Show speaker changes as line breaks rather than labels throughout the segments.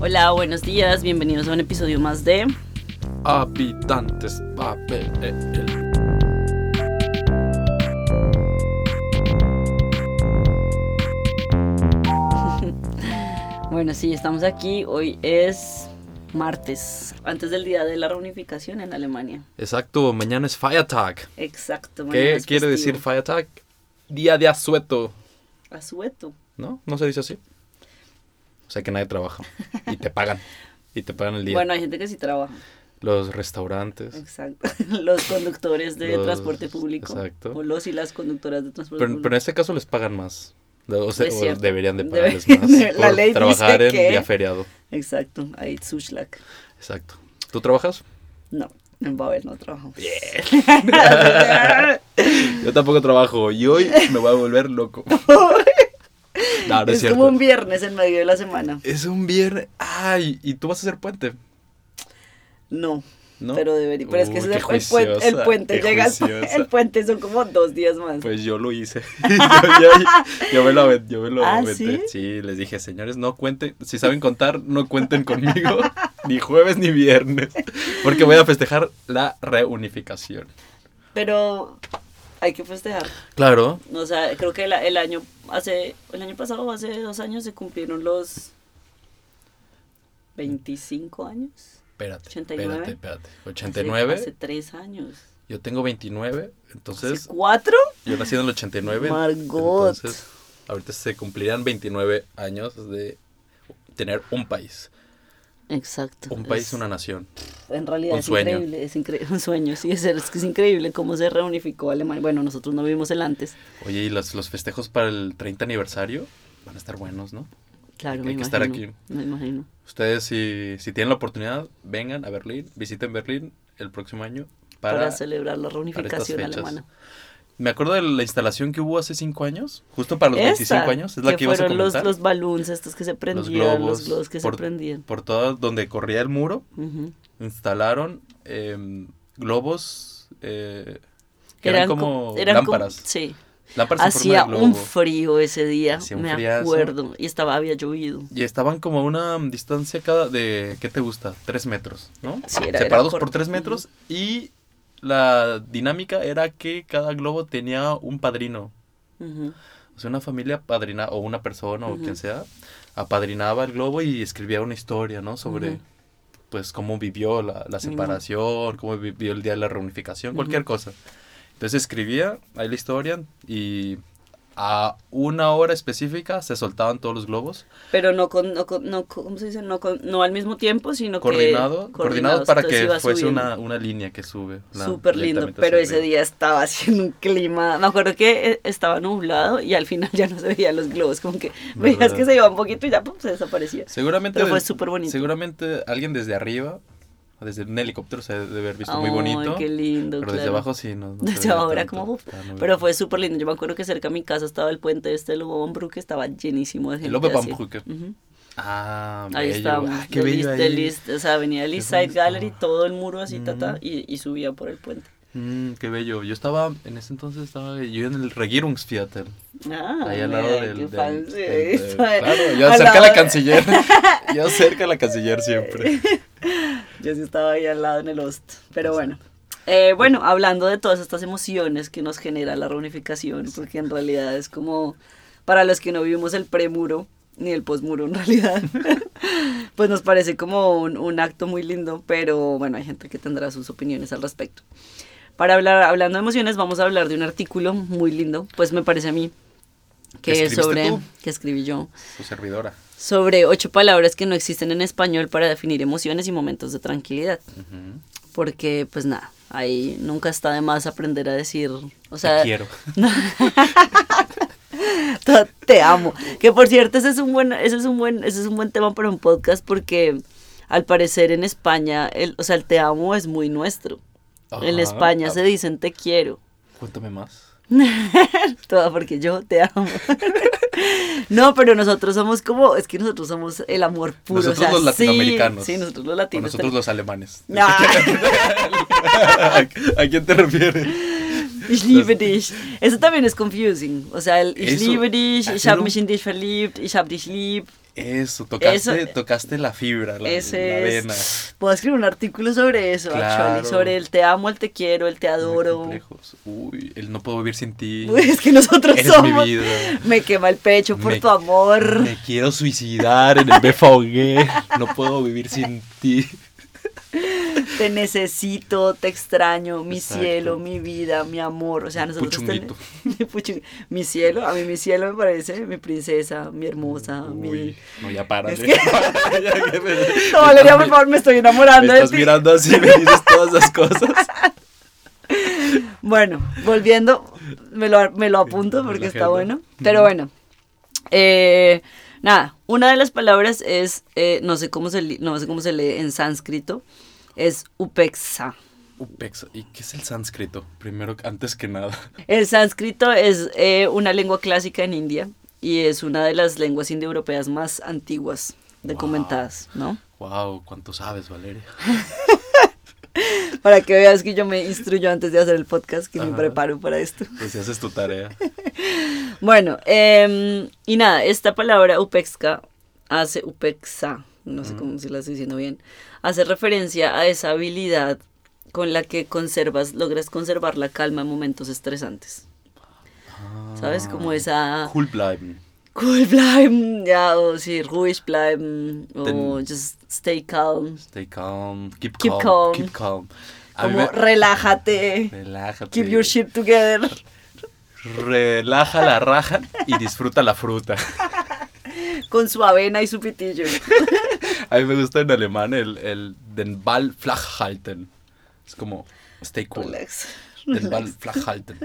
Hola, buenos días, bienvenidos a un episodio más de
Habitantes ABL.
Bueno, sí, estamos aquí. Hoy es martes, antes del día de la reunificación en Alemania.
Exacto, mañana es Feiertag.
Exacto.
¿Qué quiere decir Feiertag? Día de asueto,
Azueto.
¿no? ¿No se dice así? O sea que nadie trabaja y te pagan. Y te pagan el día.
Bueno, hay gente que sí trabaja.
Los restaurantes.
Exacto. Los conductores de
Los-
transporte público.
exacto.
O los y las conductoras de transporte
Pero,
público.
pero en este caso les pagan más. De- O, sea,
Es
o
cierto.
deberían de
Debe-
pagarles más.
la
por
ley dice
trabajar en
que-
día feriado.
Exacto. Ahí Zuschlag.
Exacto. ¿Tú trabajas?
No, en Babel no trabajo.
Yo tampoco trabajo y hoy me voy a volver loco. No, no es,
es
cierto.
como un viernes en medio de la semana.
Es un viernes. Ay, y tú vas a hacer puente.
No,
¿No?
pero debería. Pero es que
Uy,
ese
qué
es el, puen- el
juiciosa,
puente.
qué
Llega el, pu-
juiciosa.
el puente, son como dos días más.
Pues yo lo hice. yo, yo- yo me lo aventé. Yo me lo
¿Ah,
aventé.
sí?
les dije, señores, no cuenten. Si saben contar, no cuenten conmigo. ni jueves ni viernes. Porque voy a festejar la reunificación.
Pero hay que festejar.
Claro.
O sea, creo que la- el año hace el año pasado, o hace dos años, se cumplieron los 25 años.
Espérate,
89.
espérate, espérate.
Hace-
89.
Hace, tres años.
Yo tengo 29. Entonces,
¿Hace cuatro?
yo nací en el 89.
Margot.
Entonces, ahorita se cumplirían 29 años de tener un país.
Exacto.
Un país,
es-
una nación.
En realidad
un
es
sueño.
increíble, es increíble, un sueño, sí, es, es que es increíble cómo se reunificó Alemania. Bueno, nosotros no vimos el antes,
Oye, y los, los festejos para el 30 aniversario van a estar buenos, ¿no?
claro, me
Hay que
imagino.
estar aquí.
Me imagino.
Ustedes, si, si tienen la oportunidad, vengan a Berlín, visiten Berlín el próximo año
Para,
para...
celebrar la reunificación
fechas.
alemana.
Me acuerdo de la instalación que hubo hace 5 años, justo para los 25 años, es la que, ibas a
fueron los,
comentar.
los balloons estos que se prendían, los globos, que
por,
se prendían.
Por todo donde corría el muro,
Ujú.
instalaron em, globos eh, que eran,
Eran
como
co- eran como-
lámparas.
sí.
lámparas en forma
Hacía
de globo.
un frío ese día,
Hacía un
me
friazo.
acuerdo, y estaba había llovido.
Y estaban como a una mm, distancia cada de, ¿qué te gusta? Tres metros, ¿no?
Sí, era- era
Separados por
corto.
tres metros y la dinámica era que cada globo tenía un padrino.
Ujú.
O sea, una familia padrina o una persona o
Ujú.
quien sea, apadrinaba el globo y escribía una historia, ¿no? Sobre,
Ujú.
pues, cómo vivió la, la separación, cómo vivió el día de la reunificación, cualquier cosa. Entonces escribía ahí la historia y a una hora específica se soltaban todos los globos.
Pero no con, no con, no con- ¿cómo se dice? No con, no al mismo tiempo, sino
coordinado,
que
coordinado para
entonces
que
iba
fuese
subiendo.
una, una línea que sube. la-
Súper lindo,
lentamente
pero
hacia
ese
arriba.
día estaba haciendo un clima. Me acuerdo que eh, estaba nublado y al final ya no se veían los globos, como que veías
¿Verdad?
que se iba un poquito y ya pum, se desaparecía.
Seguramente,
Pero fue
des-
súper bonito.
Seguramente alguien desde arriba, desde un helicóptero se debe haber visto muy
Ay,
bonito.
qué lindo,
pero desde
claro.
abajo sí, no. no se
Desde
veía
abajo era
tanto,
como, uf,
estaba muy
pero
bien.
fue súper lindo. Yo me acuerdo que cerca de mi casa estaba el puente este Lobo que estaba llenísimo de gente.
Lobo
así.
Bambruque.
Ujú.
Ah,
Ahí
bello.
estábamos.
Ah, qué
de
bello
East-
ahí.
del East- o sea, venía el
Qué
East Side
bonito.
Gallery, todo el muro así, ta, ta, y, y subía por el puente.
Mm, qué bello. Yo estaba, en ese entonces estaba yo en el Regierungsviertel.
Ah,
Ahí al lado
mira,
del.
qué
del-
fancy
del-
eso,
del-
eh.
claro, yo
Al
cerca
lado
a la
de-
canciller. yo cerca a la canciller siempre.
Yo sí estaba ahí al lado en el host. Pero bueno. Eh, bueno, hablando de todas estas emociones que nos genera la reunificación, porque en realidad es como, para los que no vivimos el premuro, ni el posmuro en realidad, pues nos parece como un, un acto muy lindo, pero bueno, hay gente que tendrá sus opiniones al respecto. Para hablar, hablando de emociones, vamos a hablar de un artículo muy lindo, pues me parece a mí, que es
¿Escribiste
sobre,
tú?
que escribí yo,
Su servidora.
sobre ocho palabras que no existen en español para definir emociones y momentos de tranquilidad. Porque, pues nada, ahí nunca está de más aprender a decir, o sea...
quiero.
No. To- Te amo. Que por cierto, ese es un buen, ese es un buen, ese es un buen tema para un podcast porque al parecer en España, el, o sea, el te amo es muy nuestro. En
Ajá. Ah,
España se dicen te quiero.
Cuéntame más.
Toda porque yo te amo. No, pero nosotros somos como, es que nosotros somos el amor puro. o
nosotros
sea,
los
sí,
latinoamericanos.
Sí, nosotros los
O
latinos.
nosotros los alemanes.
Nah.
¿A quién te refieres?
Ich liebe dich. Eso también es confusing. O sea, el ich
Eso-
liebe dich, ich
hacerlo-
habe mich in dich verliebt, ich habe dich lieb.
Eso, tocaste,
Eso-
tocaste la fibra, la,
Ese
la
es-
vena.
Puedo escribir un artículo sobre eso,
Claro.
actually, sobre el te amo, el te quiero, el te adoro. Pues,
Complejos. Uy, el no puedo vivir sin ti.
Uy, es que nosotros
Eres
somos.
mi vida.
Me quema el pecho por
Me-
tu amor.
Me quiero suicidar en el Befogué. No puedo vivir sin ti.
Te necesito, te extraño, mi
Exacto.
cielo, mi vida, mi amor. O sea, nosotros
Puchunguito.
tenemos- Puchung- Mi cielo, a mí mi cielo me parece mi princesa, mi hermosa, mi...
Uy, no, ya párale.
Es que-
Ya que me-
No, Valeria, por favor, me estoy
me
enamorando de
estás
ti.
mirando así y me dices todas esas cosas.
Bueno, volviendo, me lo, me lo apunto
Sí,
porque
la
está
agenda.
bueno. Pero bueno, eh, nada, una de las palabras es, eh, no, sé cómo se, li- no sé cómo se lee en sánscrito, es upexa.
Upexa, Uh, ¿y qué es el sánscrito? Primero, antes que nada.
El sánscrito es eh, una lengua clásica en India y es una de las lenguas indoeuropeas más antiguas documentadas, ¿no?
Wow, ¿cuánto sabes, Valeria?
Para que veas que yo me instruyo antes de hacer el podcast, que me
Ajá.
preparo para esto.
Pues si haces tu tarea.
Bueno, em, y nada, esta palabra upexca hace upexa, no sé cómo si la estoy diciendo bien, hace referencia a esa habilidad con la que conservas, logras conservar la calma en momentos estresantes. ¿Sabes? Como esa
Ah, Cool bleiben.
cool bleiben, ya, o sí, ruhig bleiben, em, o
Ten-
just stay calm,
Stay calm. Keep,
Keep
calm,
calm.
Keep calm. A mí
como
me-
relájate,
Relájate.
keep your shit together.
Relaja la raja y disfruta la fruta.
Con su avena y su pitillo.
A mí me gusta en alemán el, el den Ball flach halten. Es como stay cool.
Relax.
Den Ball flach halten.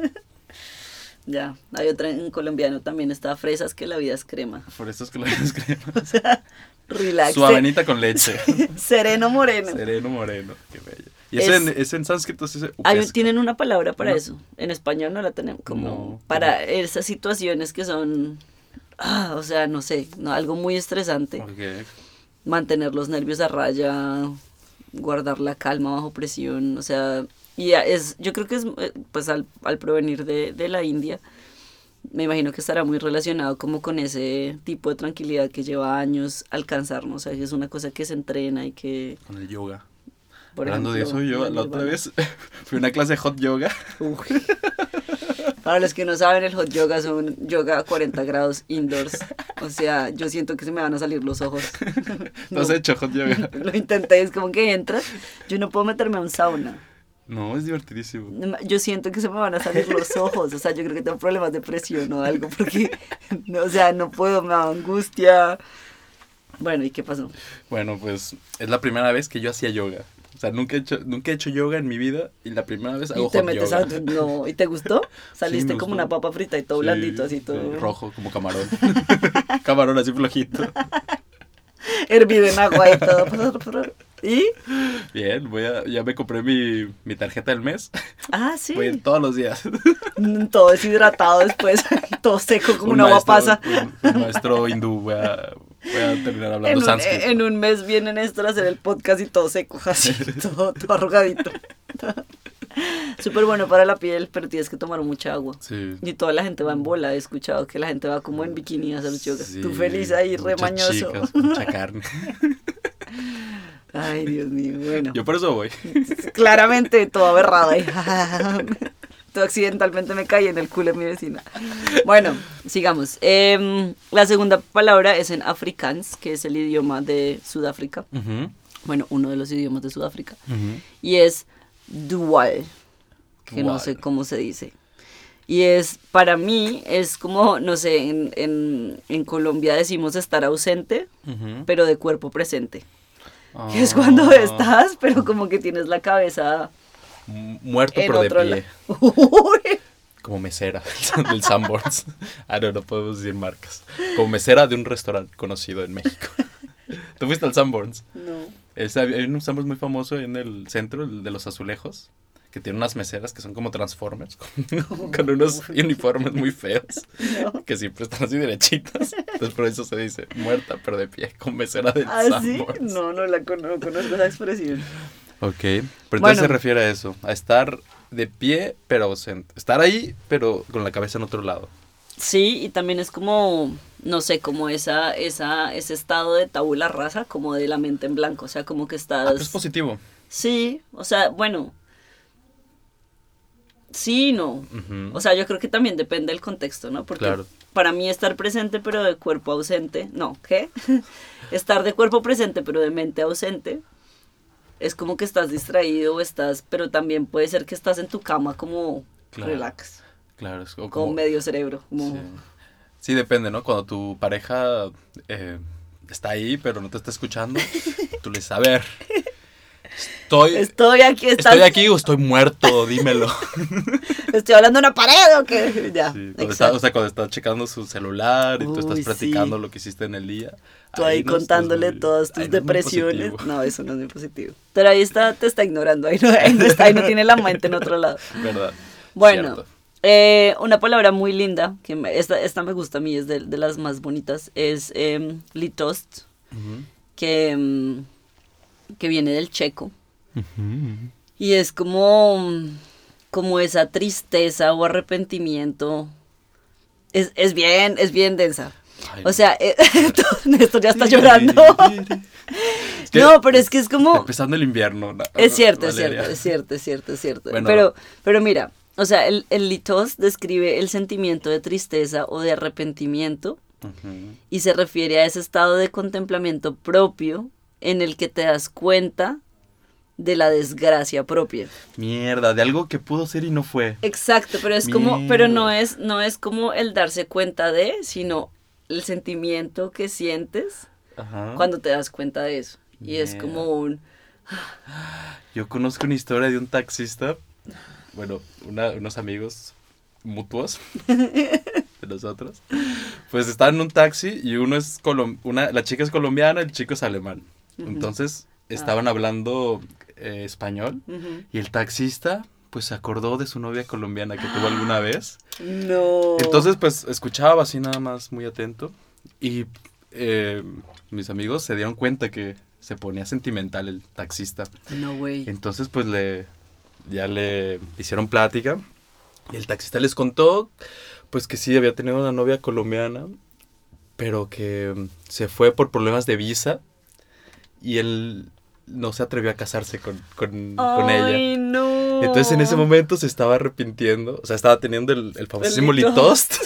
Ya, hay otra en colombiano también, está fresas que la vida es crema.
Por eso es que lo escribo.
O sea, relax. eh,
Su avenita con leche.
Sereno moreno.
Sereno moreno. Qué bello. Y eso
Es-
en, eso en sánscrito se dice
Hay-
upesca.
tienen una palabra para
No.
eso. En español no la tenemos. Como
No.
para esas situaciones que son. ah, o sea, no sé, no, algo muy estresante.
Ok.
Mantener los nervios a raya, guardar la calma bajo presión. O sea, y a- es, yo creo que es, eh, pues al, al provenir de, de la India, me imagino que estará muy relacionado como con ese tipo de tranquilidad que lleva años alcanzarnos. O sea, que es una cosa que se entrena y que
Con el yoga.
Por
Hablando
ejemplo,
de eso, yo la
Daniel
otra
Bala.
vez fui a una clase de hot yoga.
Uy. Para los que no saben, el hot yoga son yoga a 40 grados indoors. O sea, yo siento que se me van a salir los ojos.
¿No has
No.
hecho hot yoga?
Lo intenté, es como que entras. Yo no puedo meterme a un sauna.
No, es divertidísimo.
Yo siento que se me van a salir los ojos. O sea, yo creo que tengo problemas de presión o algo porque, no, o sea, no puedo, me da angustia. Bueno, ¿y qué pasó?
Bueno, pues es la primera vez que yo hacía yoga. O sea, nunca he hecho, nunca he hecho yoga en mi vida y la primera vez hago
Y te
hot
metes
yoga.
a... No, ¿y te gustó? Saliste
me
como
gustó.
una papa frita y todo
Sí,
blandito, así todo...
sí, rojo, como camarón. camarón así flojito.
hervido en agua y todo. Y,
Bien, voy a, ya me compré mi, mi tarjeta del mes.
ah, sí,
Voy a ir todos los días.
todo deshidratado después, todo seco como
Un
una agua
maestro-
pasa.
Un, un maestro hindú, voy a, voy a terminar
En
hablando
un,
sánscrito.
en un mes vienen estos a hacer el podcast y todo seco, así, todo, todo arrugadito. Súper bueno para la piel, pero tienes que tomar mucha agua.
Sí.
Y toda la gente va en bola, he escuchado que la gente va como en bikini a hacer yoga.
Sí,
Tú feliz ahí, re
muchas
mañoso.
chicas, mucha carne.
Ay, Dios mío, bueno.
Yo por eso voy.
Claramente todo aberrado ahí. todo accidentalmente me caí en el culo de mi vecina. Bueno, sigamos. Em, la segunda palabra es en afrikaans, que es el idioma de Sudáfrica.
Ujú,
Bueno, uno de los idiomas de Sudáfrica.
ujú.
Y es dual, que no
Dual.
sé cómo se dice. Y es, para mí, es como, no sé, en, en- en Colombia decimos estar ausente,
Ujú.
pero de cuerpo presente. Que es cuando
Ah,
estás, pero como que tienes la cabeza
mu- Muerto
en
pero de
otro
pie.
lado. Uy,
Como mesera del Sanborns. Ah, no, no podemos decir marcas. Como mesera de un restaurante conocido en México. ¿Tú fuiste al Sanborns?
no.
Es- Hay un Sanborns muy famoso en el centro, el de los azulejos, que tiene unas meseras que son como Transformers, con, con unos uniformes muy feos, que siempre están así derechitas. Entonces por eso se dice muerta pero de pie, con mesera del
¿Ah, sí?
Sanborns.
No, no la con- no conozco esa expresión.
Ok, pero entonces
Bueno.
se refiere a eso, a estar de pie pero ausente, estar ahí pero con la cabeza en otro lado.
Sí, y también es como, no sé, como esa, esa, ese estado de tabula rasa, como de la mente en blanco, o sea, como que estás...
Ah, pero es positivo.
Sí, o sea, bueno. Sí, y no. O sea, yo creo que también depende del contexto, ¿no? Porque
Claro.
para mí estar presente pero de cuerpo ausente, no, ¿qué? estar de cuerpo presente pero de mente ausente es como que estás distraído o estás, pero también puede ser que estás en tu cama como
Claro.
relax,
Claro, es o
con
como...
medio cerebro, como
Sí. Sí, depende, ¿no? Cuando tu pareja eh, está ahí, pero no te está escuchando, tú le dices, a ver, estoy, estoy,
estoy aquí, estás-
aquí o estoy muerto, dímelo.
estoy hablando a una pared o qué, ya.
Sí, cuando está-
Ah, exacto.
o sea, cuando está checando su celular y tú estás
Uy,
practicando
sí.
lo que hiciste en el día.
Tú ahí,
no estás
contándole
muy-
todas tus
ahí no es muy
depresiones.
positivo.
No, eso no es muy positivo. Pero ahí está, te está ignorando, ahí no, ahí no está, ahí no tiene la mente en otro lado.
Verdad.
Bueno,
cierto.
eh, una palabra muy linda, que me- esta, esta me gusta a mí, es de, de las más bonitas, es em, litost, que, em, que viene del checo. Y es como, mm, como esa tristeza o arrepentimiento. Es, es bien, es bien densa.
Ay,
O
no.
sea, eh, Néstor ya está llorando.
Es que
no, pero es que es como...
Empezando el invierno. na-
Es cierto, es
Valeria.
cierto, es cierto, es cierto, es cierto.
Bueno.
Pero, pero mira, o sea, el, el litos describe el sentimiento de tristeza o de arrepentimiento
Ujú.
y se refiere a ese estado de contemplamiento propio en el que te das cuenta de la desgracia propia.
Mierda, de algo que pudo ser y no fue.
Exacto, pero es como, pero no
Mierda.
es, no es como el darse cuenta de, sino el sentimiento que sientes
Ajá.
cuando te das cuenta de eso. Y es
Mierda.
como un,
Yo conozco una historia de un taxista, bueno, una- unos amigos mutuos de nosotros, pues estaban en un taxi y uno es colom- una, la chica es colombiana, el chico es alemán. Entonces
Ah.
estaban hablando eh, español
ujú,
y el taxista pues se acordó de su novia colombiana que tuvo alguna vez.
no.
Entonces, pues, escuchaba así nada más, muy atento. Y eh, mis amigos se dieron cuenta que se ponía sentimental el taxista.
No, güey.
Entonces, pues, le, ya le hicieron plática. Y el taxista les contó, pues, que sí, había tenido una novia colombiana, pero que mm, se fue por problemas de visa. Y él no se atrevió a casarse con, con- con ella.
Ay, no.
Entonces en ese momento se estaba arrepintiendo, o sea, estaba teniendo el, el famosísimo
El
litost.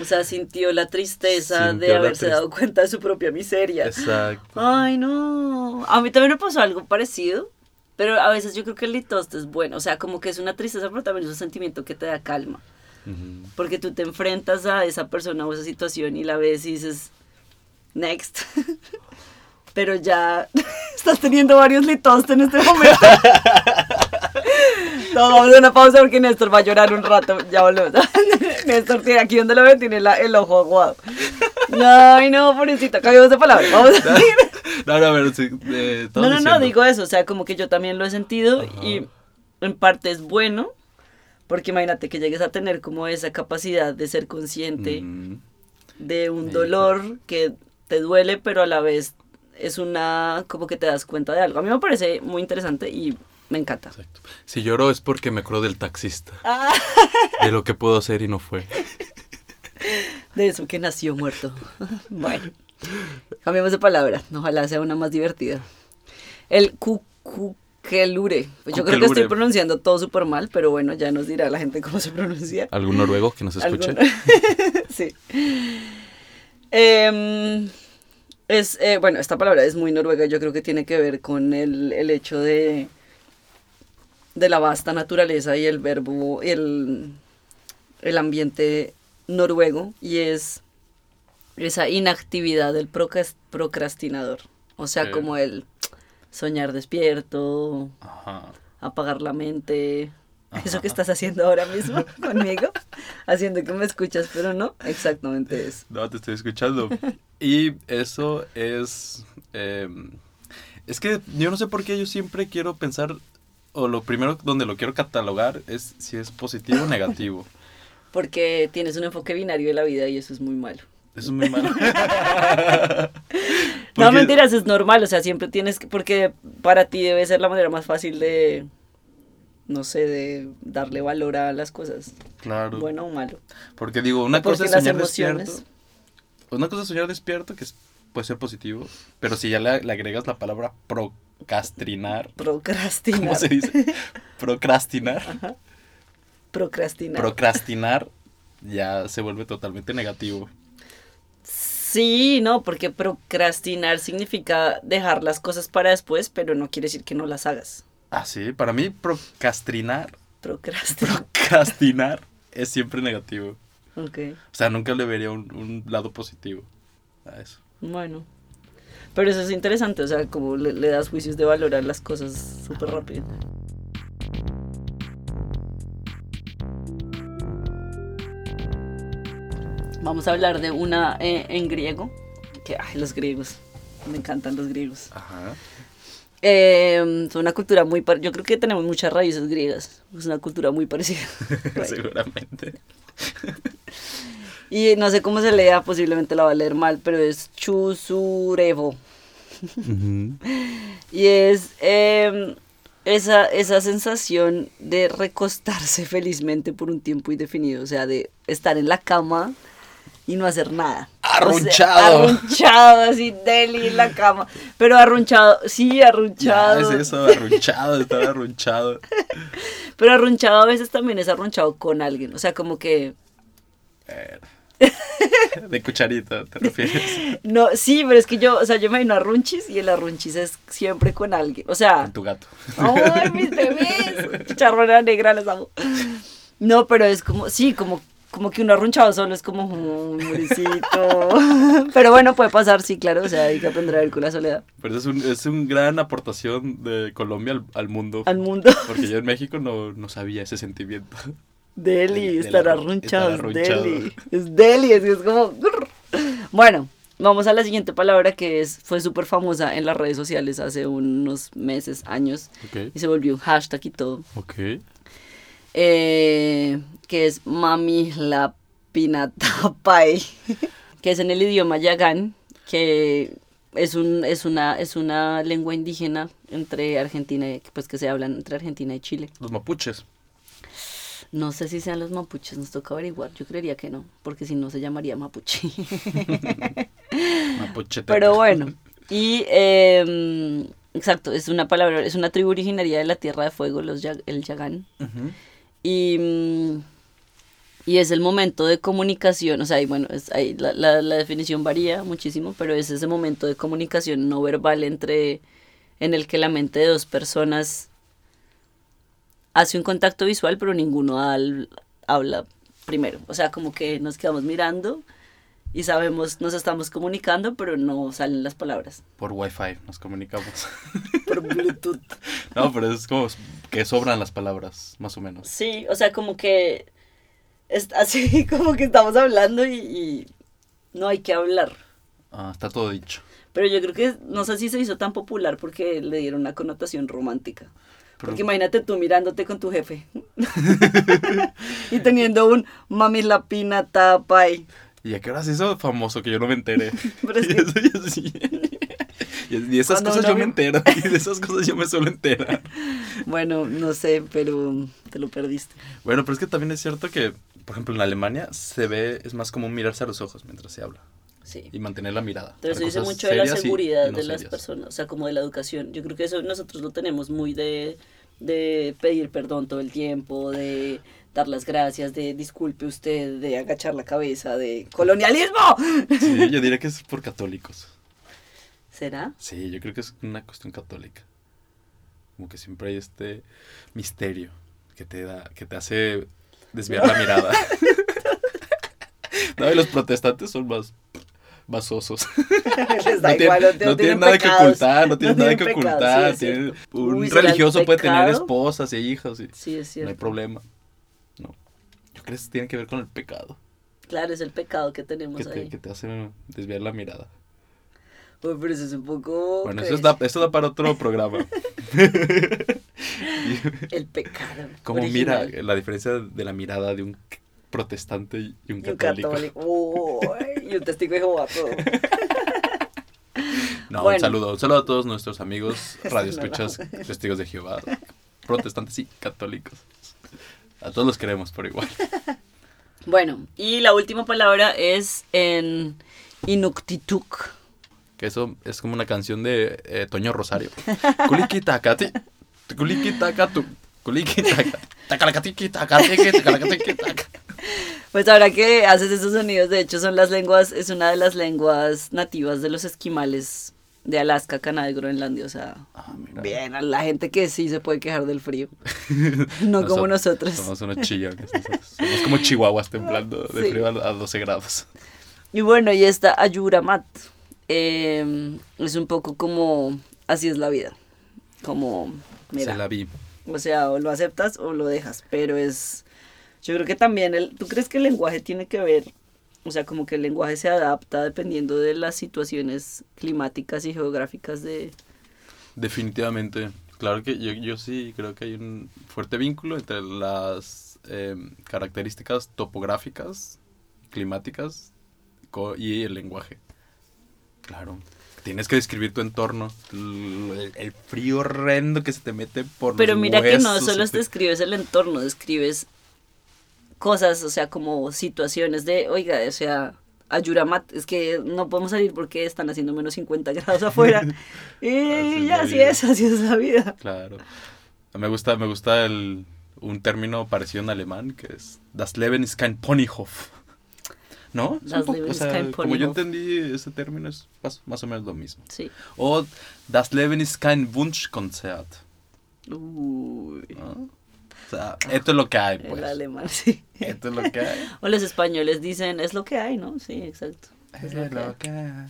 O sea, sintió la tristeza
Sintió
de
la
haberse
tris-
dado cuenta de su propia miseria.
Exacto.
Ay, no. A mí también me pasó algo parecido. Pero a veces yo creo que el litoste es bueno. O sea, como que es una tristeza, pero también es un sentimiento que te da calma.
Ujú.
Porque tú te enfrentas a esa persona o esa situación y la ves y dices, next. Pero ya estás teniendo varios litos en este momento. No, vamos a una pausa porque Néstor va a llorar un rato. Ya volvemos. Néstor tiene aquí donde lo ve, tiene la- el ojo aguado. Ay, no, pobrecito, cambiamos de palabra. Vamos a seguir.
No, no, pero sí, eh,
No,
estabas
no, no,
diciendo.
digo eso, o sea, como que yo también lo he sentido y en parte es bueno, porque imagínate que llegues a tener como esa capacidad de ser consciente
Mm,
de un
Ahí,
dolor que te duele, pero a la vez es una, como que te das cuenta de algo. A mí me parece muy interesante y me encanta.
exacto. Si lloro es porque me acuerdo del taxista,
Ah,
de lo que pudo hacer y no fue.
de eso que nació muerto. Bueno, cambiemos de palabra, ojalá sea una más divertida. El cuquelure. Pues yo creo que estoy
Cuquelure.
pronunciando todo súper mal, pero bueno, ya nos dirá la gente cómo se pronuncia.
¿Algún noruego que nos escuche?
Algún- sí. Em, es, eh, bueno, esta palabra es muy noruega, yo creo que tiene que ver con el, el hecho de, de la vasta naturaleza y el verbo, el, el ambiente noruego, y es esa inactividad del procas- procrastinador, o sea,
Ok.
como el soñar despierto,
Ajá.
apagar la mente. Eso que estás haciendo ahora mismo conmigo, haciendo que me escuchas, pero no, exactamente eso.
No, te estoy escuchando. Y eso es... eh, es que yo no sé por qué yo siempre quiero pensar, o lo primero donde lo quiero catalogar es si es positivo o negativo.
Porque tienes un enfoque binario de la vida y eso es muy malo.
Eso es muy malo.
No,
Porque-
mentiras, es normal, o sea, siempre tienes que, porque para ti debe ser la manera más fácil de, no sé, de darle valor a las cosas,
Claro.
bueno o malo.
Porque digo, una cosa
Porque
es
las
soñar
emociones-
despierto. pues, Una cosa es soñar despierto, que es- puede ser positivo, pero si ya le, le agregas la palabra procrastinar, ¿cómo
Procrastinar.
se dice? Procrastinar.
Procrastinar.
Procrastinar ya se vuelve totalmente negativo.
Sí, no, porque procrastinar significa dejar las cosas para después, pero no quiere decir que no las hagas.
Ah, sí, para mí procrastinar,
Procrastinar.
procrastinar es siempre negativo.
Ok,
O sea, nunca le vería un, un lado positivo a eso.
bueno. Pero eso es interesante, o sea, como le, le das juicios de valorar las cosas súper rápido. Vamos a hablar de una eh, en griego, que, ay, los griegos, me encantan los griegos.
Ajá.
Eh, son una cultura muy par- Yo creo que tenemos muchas raíces griegas. Es una cultura muy parecida.
Seguramente.
y no sé cómo se lea, posiblemente la va a leer mal, pero es chusurevo. Y es eh, esa, esa sensación de recostarse felizmente por un tiempo indefinido. O sea, de estar en la cama y no hacer nada.
Arrunchado.
O sea, arrunchado, así, deli en la cama. Pero arrunchado, sí,
Ya,
arrunchado.
es eso, arrunchado, estar arrunchado.
Pero arrunchado a veces también es arrunchado con alguien. O sea, como que.
De cucharita, ¿te refieres?
No, sí, pero es que yo, o sea, yo me vino a arrunchis y el arrunchis es siempre con alguien. O sea.
Con tu gato.
¡Ay, mis bebés! Chicharrona negra, las amo. No, pero es como, sí, como, como que uno arrunchado solo es como un muricito. Pero bueno, puede pasar, sí, claro. O sea, hay que aprender a ver con la soledad
Pero es un, es un gran aportación de Colombia al, al mundo.
al mundo.
Porque yo en México no, no sabía ese sentimiento.
Deli,
Del- del
estar
arru-
arrunchado,
estar
es
arrunchado.
Deli. Es Deli, así es como. grrr. Bueno, vamos a la siguiente palabra que es, fue súper famosa en las redes sociales hace unos meses, años,
Ok.
y se volvió un hashtag y todo,
Ok.
eh, que es Mami la Pinatapai, que es en el idioma yagán, que es, un, es, una, es una lengua indígena entre Argentina, y- pues que se hablan entre Argentina y Chile.
Los mapuches.
No sé si sean los mapuches, nos toca averiguar. Yo creería que no, porque si no se llamaría mapuche.
Mapuchetecos.
Pero bueno, y eh, exacto, es una palabra, es una tribu originaria de la Tierra de Fuego, los ya- el Yagán.
Ujú.
Y, mm, y es el momento de comunicación, o sea, y bueno, es, ahí la, la- la definición varía muchísimo, pero es ese momento de comunicación no verbal entre, en el que la mente de dos personas hace un contacto visual, pero ninguno al- habla primero. O sea, como que nos quedamos mirando y sabemos, nos estamos comunicando, pero no salen las palabras.
Por wifi nos comunicamos.
Por Bluetooth.
No, pero es como que sobran las palabras, más o menos.
Sí, o sea, como que es así como que estamos hablando y, y no hay que hablar.
Ah, está todo dicho.
Pero yo creo que no sé si se hizo tan popular porque le dieron una connotación romántica.
Pero-
Porque imagínate tú mirándote con tu jefe y teniendo un mami la pina tapa ahí.
¿Y a qué hora se hizo famoso que yo no me enteré?
Pero es
y,
que-
eso yo sí- y es- y esas
Cuando
cosas
uno
yo me
ve-
entero. Y de esas cosas yo me suelo enterar.
Bueno, no sé, pero te lo perdiste.
Bueno, pero es que también es cierto que, por ejemplo, en Alemania se ve, es más común mirarse a los ojos mientras se habla.
Sí.
Y mantener la mirada.
Pero se
Para
dice
cosas
mucho de la
serias y-
seguridad
y no
de las
serias.
personas, o sea, como de la educación. Yo creo que eso nosotros lo tenemos muy de, de pedir perdón todo el tiempo, de dar las gracias, de disculpe usted, de agachar la cabeza, de colonialismo.
Sí, yo diría que es por católicos.
¿Será?
Sí, yo creo que es una cuestión católica. Como que siempre hay este misterio que te da, que te hace desviar la mirada. no, y los protestantes son más vasosos.
Les Pues da
no
igual,
tienen, no
tienen
tienen nada
pecados,
que ocultar, no tienen nada que
tienen pecados,
ocultar.
sí, es
tienen-
cierto.
un
Uy, ¿será el
religioso puede tener
pecado?
esposas y hijos y
Sí, es
no hay
cierto.
problema. No. Yo creo que tiene que ver con el pecado.
Claro, es el pecado que tenemos
Que te,
ahí.
que te hace desviar la mirada.
Uy, pero eso es un poco...
Bueno,
pues,
eso da, eso da para otro programa.
El pecado.
Como mira
original.
la diferencia de la mirada de un c- protestante y y un
Y un
católico.
católico. Uy, y un testigo de Jehová. todo.
No, un
Bueno. Este
saludo. Un saludo a todos nuestros amigos radioescuchas
No.
testigos de Jehová. protestantes y católicos. A todos los queremos por igual.
Bueno, y la última palabra es en Inuktitut.
Que eso es como una canción de eh, Toño Rosario. Culiquitacati. Culiquitacatu. Culiquitaca. Tacalacatiqui, tacatiqui, tacalacatiqui, taca.
Pues ahora que haces esos sonidos, de hecho son las lenguas, es una de las lenguas nativas de los esquimales de Alaska, Canadá y Groenlandia. O sea,
Ah, mira.
bien, a la gente que sí se puede quejar del frío. No como
Noso-
nosotros.
Somos unos chillones. somos- Somos como chihuahuas temblando de
Sí.
frío a a 12 grados.
Y bueno, y esta Ayuramat eh, es un poco como, así es la vida. Como, mira,
Se la vi.
o sea, o lo aceptas o lo dejas, pero es, yo creo que también, el, ¿tú crees que el lenguaje tiene que ver, o sea, como que el lenguaje se adapta dependiendo de las situaciones climáticas y geográficas de...
Definitivamente. Claro que yo, yo sí creo que hay un fuerte vínculo entre las em, características topográficas, climáticas co- y el lenguaje. Claro. Tienes que describir tu entorno, el, el frío horrendo que se te mete por
Pero
los
mira que no
huesos este, y
solo
te-
describes el entorno, describes cosas, o sea, como situaciones de, oiga, o sea, ayuramat, es que no podemos salir porque están haciendo menos 50 grados afuera.
Así
y
es la
así
vida.
es, así es la vida.
Claro. Me gusta, me gusta el, un término parecido en alemán que es Das Leben ist kein Ponyhof. ¿No? Es un
Das
poco-
Leben
o
ist
sea,
kein
como yo
Ponyhof.
entendí ese término es más, más o menos lo mismo.
Sí.
O Das Leben ist kein Wunschkonzert.
Uy,
¿no? O sea, esto es lo que hay,
el
pues.
alemán, sí.
Esto es lo que hay.
O los españoles dicen, es lo que hay, ¿no? Sí, exacto.
Es lo que hay.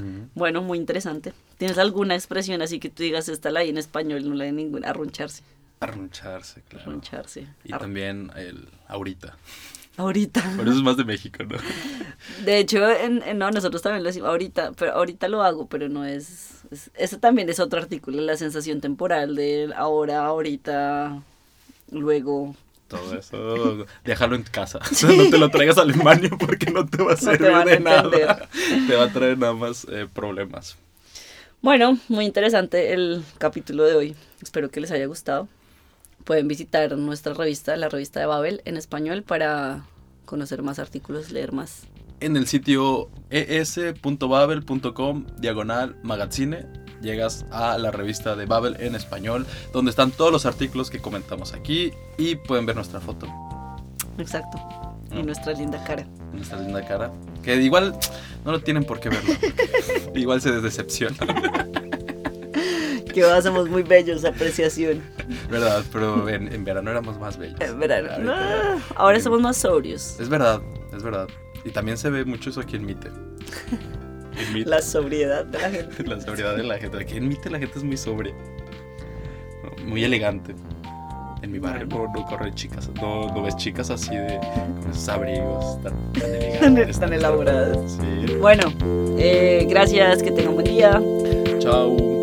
Mm.
Bueno, muy interesante. ¿Tienes alguna expresión así que tú digas, esta la hay en español, no la hay en ninguna? Arruncharse,
Arruncharse, claro.
arruncharse.
Y
Ar-
también el ahorita.
Ahorita.
Pero eso es más de México, ¿no?
De hecho, en, en- no, nosotros también lo decimos ahorita, pero ahorita lo hago, pero no es, es- Ese también es otro artículo, la sensación temporal de ahora, ahorita, luego.
Todo eso, déjalo en casa. No te lo traigas a Alemania porque no te va a
te
servir
van a
de nada.
entender.
Te va a traer nada más eh, problemas.
Bueno, muy interesante el capítulo de hoy. Espero que les haya gustado. Pueden visitar nuestra revista, la revista de Babel, en español, para conocer más artículos, leer más.
En el sitio es.babel.com diagonal magazine llegas a la revista de Babel en español, donde están todos los artículos que comentamos aquí y pueden ver nuestra foto,
Exacto. Y nuestra linda cara.
nuestra linda cara, que igual no lo tienen por qué verlo. igual se decepcionan,
Que ahora somos muy bellos, apreciación.
¿verdad? Pero en, en verano éramos más bellos.
En verano.
Ahorita-
Ah, Ahora somos más sobrios.
Es verdad, es verdad. Y también se ve mucho eso aquí en Mite. En Mite.
La sobriedad de la gente.
La sobriedad de la gente. Aquí en Mite la gente es muy sobria. ¿no? Muy elegante. En mi barrio no, no corre chicas, no, no ves chicas así de con esos abrigos tan, tan elegantes.
Tan elaboradas.
Sí.
Bueno, eh, gracias, que tengan buen día.
Chao.